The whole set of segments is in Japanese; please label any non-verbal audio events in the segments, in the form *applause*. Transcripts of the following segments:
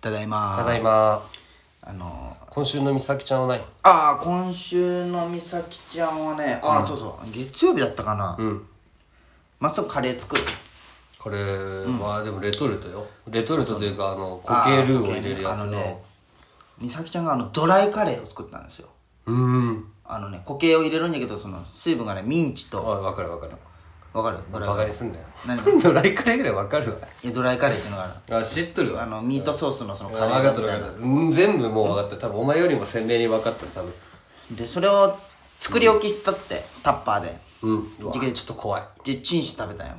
ただいまただいまあの今週の美咲ちゃんはないああ今週の美咲ちゃんはねああ、そうそう月曜日だったかなうんまっすぐカレー作るこれはでもレトルトよレトルトというかあの固形ルーを入れるやあつのねの美咲ちゃんがあのドライカレーを作ったんですようーんあのね固形を入れるんだけどその水分がねミンチとあ分かる分かるわかるドライバカカレにーすんだよ何 *laughs* ドライカレーぐらい分かるいやドライカレーっていうのがあるわあ知っとるわあのミートソースのその分カレかーったみ分たかいっなたうん全部もう分かった多分お前よりも鮮明に分かった多分でそれを作り置きしたってタッパーでうんうわちょっと怖いでチンして食べたんよ、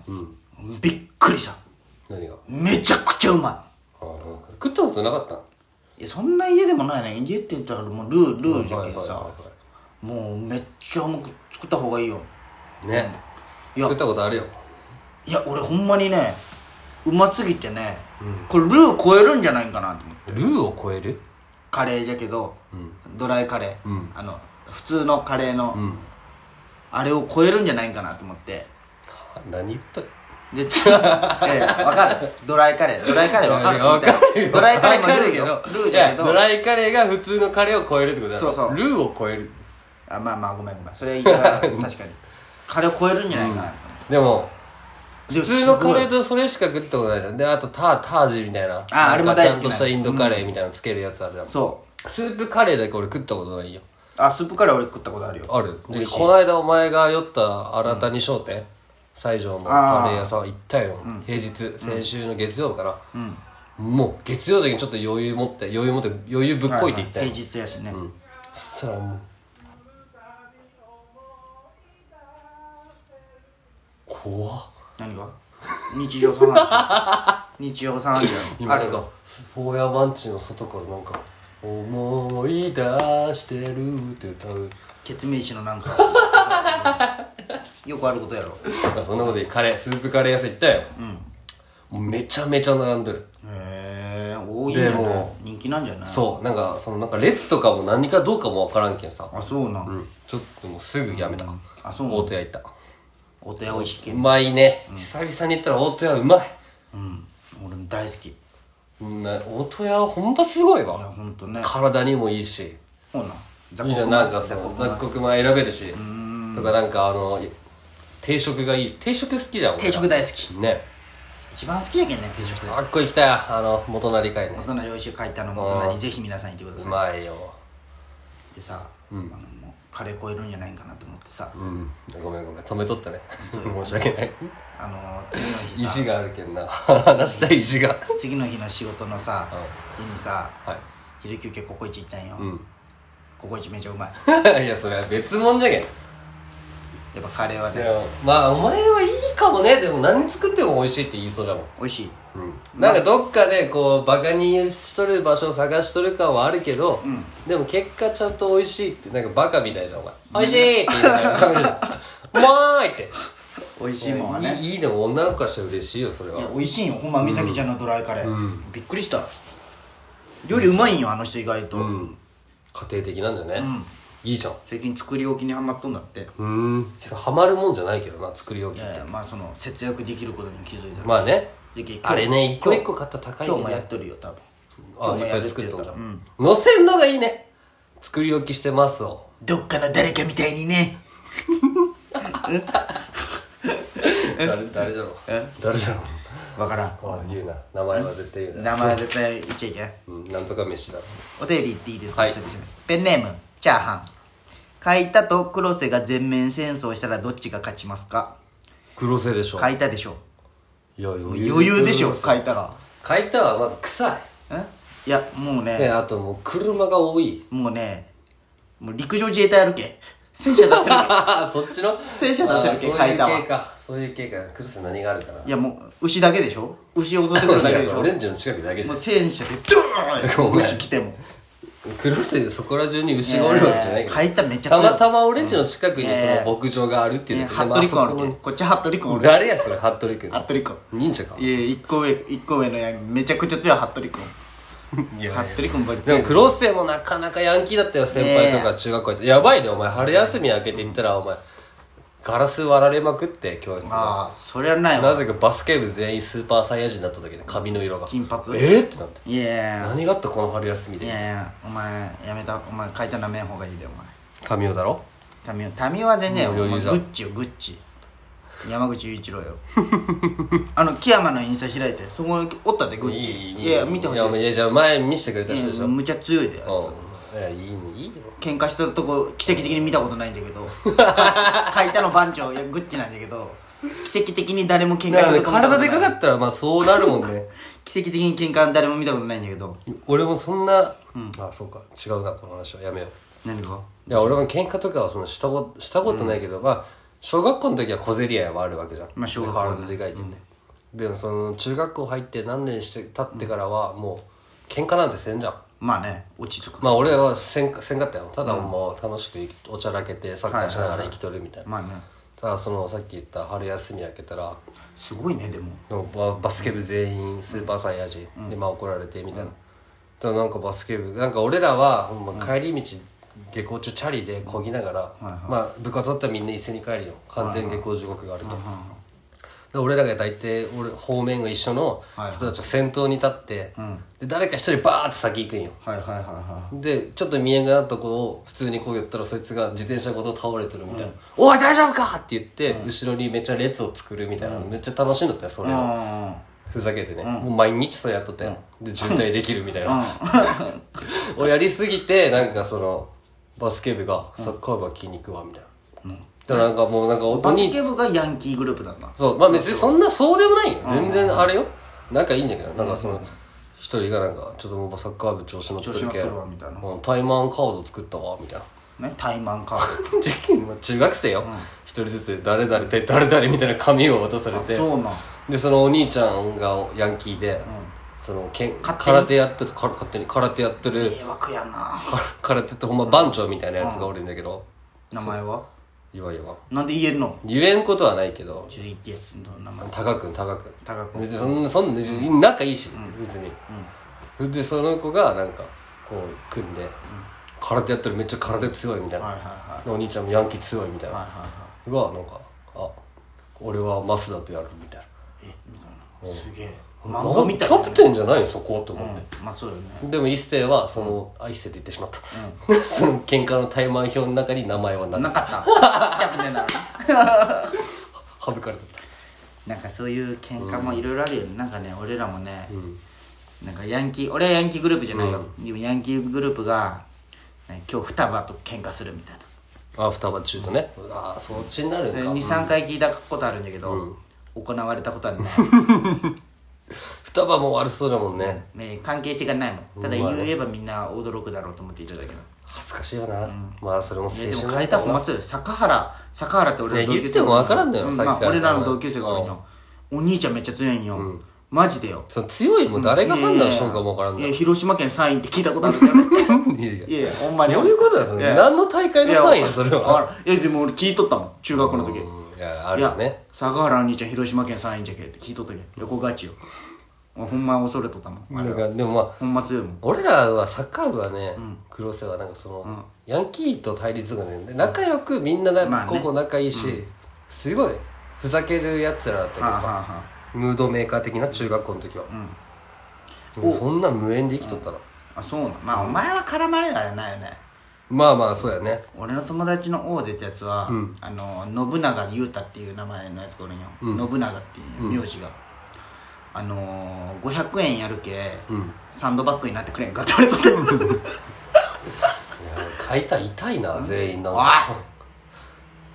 びっくりした何がめちゃくちゃうまいあー食ったことなかったのいやそんな家でもないね家って言ったらもうルールーじゃけどはさいはいはもうめっちゃうまく作った方がいいよねいや作ったことあるよいや俺ほんまにねうますぎてね、これルー超えるんじゃないかなと思ってルーを超えるカレーじゃけど、ドライカレー、うんあの普通のカレーの、うんあれを超えるんじゃないかなと思ってあ何言った *laughs* で、つええ、わかるドライカレー。ドライカレーわかるわかるよドライカレーもルーわよか。るルーじゃけいやドど。ライカレーが普通のカレーを超えるってことだろそうそうルーを超えるあ、まあまあ、ごめんごめん。それ言い方が確かに。カレーを超えるんじゃないかな。でもで普通のカレすーとそれしか食ったことないじゃんであとタータージみたいなああれもなんか大好きちゃんとしたインドカレーみたいなのつけるやつあるじゃんごいそスープカレーだけ俺食ったことないよう。あ、スープカレー俺食ったことあるよ。あるでこの間お前が酔った新谷商店、西条のカレー屋さん行ったよ、平日先週の月曜かな、もう月曜時にちょっと余裕持って余裕持って余裕ぶっこいて行ったよ、平日やしね。そしたらもう怖っ何が日常さな話。 *laughs* 日常さな話今あなるんよ。か坊やマンチの外からなんか「思い出してる」って歌うケツメイシのなんか。よくあることやろ。あそんなことでカレースープカレー屋さん行ったよ、もうめちゃめちゃ並んでるへえ、多いんじゃでないも人気なんじゃないそうなんかそのなんか列とかも何かどうかもわからんけんさ、あ、そうな。うんん、ちょっともうすぐやめた、あ、そうな大ん。戸屋行ったお手おいしいけう。まいね、久々に行ったら大戸屋うまいうん。俺も大好き。うんな大戸屋はほんますごいいやわほんとね体にもいいしそうなん雑いいじゃんなんかその雑穀米選べるしとかなんかあの定食がいい定食好きじゃん俺定食大好きね一番好きやけんね定食あっこ行きたいあの元成会ねお隣おいしい書いたのもおう隣んぜひ皆さん行ってくだうさいまいよでさあのもうカレー超えるんじゃないかなと思ってさうんごめんごめん止めとったね *laughs* 申し訳ないあの次の日さ意地があるけんな話したい意地が次の日の仕事のさ日にさは昼休憩ココイチ行ったんよいうん *laughs* ココイチめちゃうまいいやそれは別物じゃけんやっぱカレーはいねやまあお前はいいかもねでも何作っても美味しいって言いそうだもん美味しいなんかどっかでこうバカにしとる場所を探しとる感はあるけど、んでも結果ちゃんと美味しいってなんかバカみたいじゃんお前美味しいって言いながら食べるうまーいって美味しいもんはねいいいいでも女の子からしたら嬉しいよそれいやは美味しいよほんま美咲ちゃんのドライカレーびっくりした料理うまいんよあの人意外とうん家庭的なんじゃね、いいじゃん最近作り置きにハマっとんだってうんハマるもんじゃないけどな作り置きいやいやまあその節約できることに気づいたまあねで今日あれね一個一個買ったら高いけ今ど日もねやっとるよ多分あ今日いもっやぱるいて作っ言とんうじかゃらん、のせんのがいいね作り置きしてますをどっかの誰かみたいにね誰誰じゃろ誰じゃろわからんあ言うな名前は絶対言うな名前は絶対言っちゃいけんうん、なんとか飯だお便り言っていいですか、はい久々にペンネームチャーハン書いたと黒瀬が全面戦争したらどっちが勝ちますか黒瀬でしょ書いたでしょいや余余裕でしょ書書いいたらたはまず臭えいやもうい、ね、ねあともう車が多い *laughs* もうねもう陸上自衛隊あるけ戦車出せる *laughs* けそっちの戦車出せる系あー書いたわそういう系かそういう系か黒瀬何があるかないやもう牛だけでしょ牛襲ってくるだけでしいやょオレンジの近くだけじもゃうん戦車でドーン牛来ても黒瀬でそこら中に牛がおるわけじゃないけど、ねえ書いためっちゃた強いまたまオレンジの近くにそねえの牧場があるっていうねので、服部君まあおそこるにけこっち服部君おる誰やそれ服部 *laughs* 君服部君忍者かいや一個上一個上のやんめちゃくちゃ強い服部君いや服部君バリで強いもクロス生もなかなかヤンキーだったよ先輩とか中学校やってやばいねお前春休み明けて行ったらお前ガラス割られまくって教室がああそりゃないなわぜかバスケ部全員スーパーサイヤ人になった時に髪の色が金髪えっ、ってなっていや何があったこの春休みいやいでやいやお前やめたお前書いたなめん方がいいでお前髪をだろタミオタミオは全然よもうお余前裕グじゃッチよんグッチ山口雄一郎よ *laughs* あの木山のインスタ開いてそこにおったでグッチいやいや見てほしいいやじゃあ前見せてくれた人でしいょやうんむちゃ強いであいついやいいいいよ喧嘩したとこ奇跡的に見たことないんだけ *laughs* どか書いたの番長いやグッチなんだけど奇跡的に誰も喧嘩だしかたらねとこ見たことな体でいかかったらまあそうなるもんね奇跡的に喧嘩誰も見たことないんだけど俺もそんな、あそうか違うなこの話はやめよう何がいや俺も喧嘩とかはそのしたことしたことないけど、まあ小学校の時は小競り合いはあるわけじゃん、まあ小学校はね体でかいけどね、でもその中学校入って何年して経ってからはもう喧嘩なんてせんじゃんまあね落ち着くまあ俺はせんせんかったよただもう楽しくおちゃらけてサッカーしながら生きとるみたいな、まあねただそのさっき言った春休み明けたらすごいねでもでもババスケ部全員スーパーサイヤ人でまあ怒られてみたいな、でもなんかバスケ部なんか俺らはほんま帰り道下校中チャリで漕ぎながら、まあ部活だったらみんな一斉に帰るよ完全下校時刻があると、で俺らが大体俺方面が一緒の人たちは先頭に立って、で誰か一人バーって先行くんよはいはいはいはでちょっと見えんがなとこを普通にこうやったらそいつが自転車ごと倒れてるみたいな「おい大丈夫か!」って言って、後ろにめっちゃ列を作るみたいな、めっちゃ楽しいんだったよそれが、ふざけてね、もう毎日それやっとったよ、で渋滞できるみたいな、 *laughs* をやりすぎてなんかそのバスケ部がサッカー部は筋肉はみたいな、だからなんかもうなんかおバスにケ部がヤンキーグループだったそうまあ別にそんなそうでもないよ全然あれよ仲いいんだけどなんかその一人がなんかちょっともうサッカー部調子乗って調る子け乗っとるわみたいなうんタイマンカード作ったわみたいなねタイマンカー時期も *laughs* 中学生よ一、人ずつ誰々で誰々みたいな紙を渡されドあてそうなんでそのお兄ちゃんがヤンキーで、そのけん勝手に空手やってるから勝手に空手やってる迷惑やなか空手ってほんま番長みたいなやつがおるんだけど、名前はいわいわなんで言えるの言えんことはないけどちょっと言ってどの名前高くん高くん高く別にそんなそんな別に仲いいし、別に、でその子がなんかこう組んで、空手やってるめっちゃ空手強いみたいな、はいはいはお兄ちゃんもヤンキー強いみたいいはいな、はがなんかあ俺はマスだとやるみたいないえみたいなすげえな漫画みたいキなャプテンじゃないそこと思って、まあそうよねでも一世はその、あ一世って言ってしまった、その喧嘩の怠慢表の中に名前はななかったキャプテンなのに省かれてたなんかそういう喧嘩もいろいろあるよねなんかね俺らもねなんかヤンキー俺はヤンキーグループじゃないよでもヤンキーグループがね今日双葉と喧嘩するみたいなあ双葉中とねああそっちになるんそかれ23回聞いたことあるんだけど行われたことは *laughs* ない双葉も悪そうだもんねね関係性がないもんただ言えばみんな驚くだろうと思っていただけど恥ずかしいよな、まあそれも青え春でもだ変えた方が強い坂原坂原って俺らの同級いや言生っても分からんのようさっきまあから俺らの同級生が多いよお兄ちゃんめっちゃ強いんよマジでよその強いも誰が判断しとんかもわからんいなやいいや広島県3位って聞いたことあるけどねいやいやいやいやほんまにどういうことだよそいやれ何の大会の3位やそれわかはらんいやでも俺聞いとったもん中学校の時うんいやあいるよやね坂原の兄ちゃん広島県3位じゃけって聞いとったけど横ガチよ俺ほんま恐れとったもんあれなんかでもまあほんま強いもん俺らはサッカー部はね、黒瀬はなんかその、ヤンキーと対立がね仲良くみんなまあがねここ仲いいし、すごいふざけるやつらだったけどはあはさあはムードメーカー的な中学校の時は、でもそんな無縁で生きとったの、ああそうなんまあお前は絡まれられないよねまあまあそうやね俺の友達の王子ってやつは、あの信長裕太っていう名前のやつがおるんよ、信長っていう名字が、あのー、500円やるけ、サンドバッグになってくれんかって言わ *laughs* れとって解体痛いな全員なんおいか *laughs*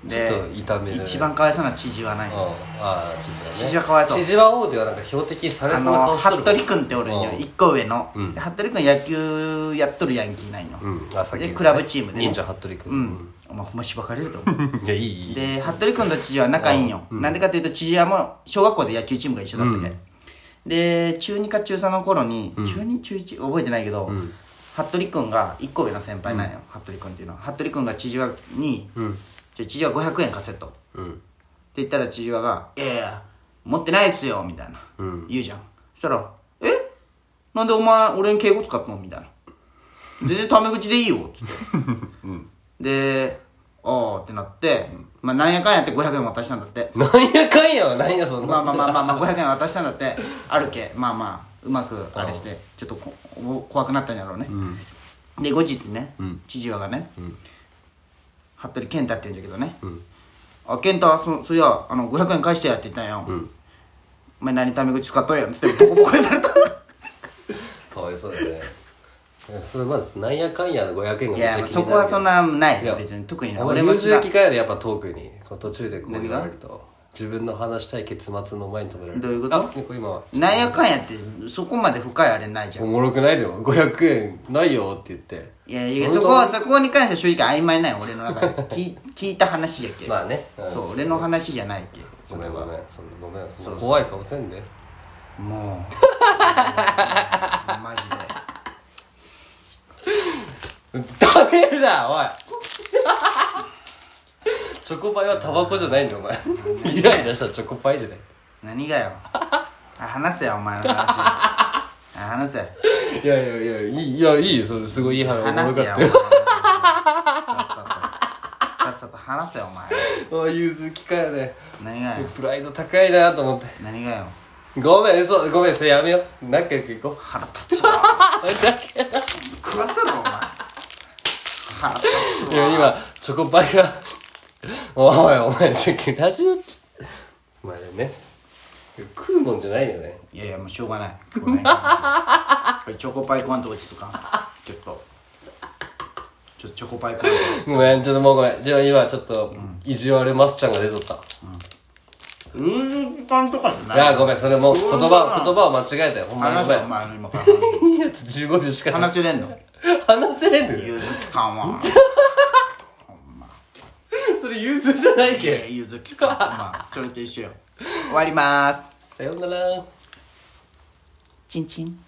ちょでっと痛める一番かわいそうな知事はないうんああ知事はね知事はかわいそう知事は王ではなんか標的されあそうなの顔しとる服部君っておるんようん一個上の、で服部君野球やっとるヤンキーなんよ、うんあさっき言ったねでクラブチームでね忍者服部君う、んお前ほんましばかれると思ういやいいいい *laughs* で服部君と千々岩仲いいんよ、なんでかっていうと千々岩も小学校で野球チームが一緒だったけ、で中2か中3の頃に、中2中1覚えてないけど、服部君が1個上の先輩なんよ、服部君っていうのは服部君が千々岩に「ちょ千々岩500円貸せ」と。うっんて言ったら千々岩が「いやいや持ってないっすよ」みたいな、言うじゃんそしたら「えなんでお前俺に敬語 *laughs* 使ったの?」みたいな「全然タメ口でいいよ」っつって、でおーってなって、まあ、なんやかんやって500円渡したんだってなんやかんやはないやそんなまあまあまあまあ、まあ、500円渡したんだってあるけまあまあうまくあれしてちょっとこお怖くなったんやろうね、で後日ね、父親がね、服部健太って言うんだけどね「あ健太そそりゃあの500円返してや」って言ったんよ、お前何タメ口使っとんやん」っつってボコボコにさ *laughs* れたかわいそうだねいやそれまずなんやかんやの500円いがめっちゃ気になやるそこはそんなないいや別に特にな俺俺もも融知通らん聞かれるやっぱトークにこう途中でこう言われると自分の話したい結末の前に止められるどういうことあこれ今なんやかんやってそこまで深いあれないじゃんおもろくないでも500円ないよって言っていやいや本当そこはそこに関しては正直曖昧ない俺の *laughs* 中で聞聞いた話やけ、まあね、うんそう俺の話じゃないけごめんごめんそんなごめんそんな怖い顔せんで *laughs* もうマジで食べるなおいチョコパイはタバコじゃないんだよお前イライラしたらチョコパイじゃない何がよあ話せよお前 *laughs* の話あ話せいやいやいやいいいやいいよそれすごいいい話話せよよお前さっさとさっさと話せよお前ああ融通機会やね何がよプライド高いなと思って何がよごめん嘘ごめんそれやめよう仲良く行こう腹立つわ食わせろお前腹立ついや今チョコパイがおいお前ちょっとラジオお前ね食うもんじゃないよねいやいやもうしょうがないご *laughs* めんこれチョコパイ食わんと落ち着かんちょっとちょチョコパイ食わんと落ちごめんちょっともうごめんじゃあ今ちょっと意地悪マスちゃんが出とった、着かんうーんパンとかじゃいないやごめんそれもう言うわ葉言葉を間違えたよほんまに話せごめよお前あの今から話んいいやつ15秒しかない話せれんの話せれんのよ融通きかんわそれ融通じゃないいやいやけ融通きかんわお前それと一緒よ終わりまーすさようならチンチン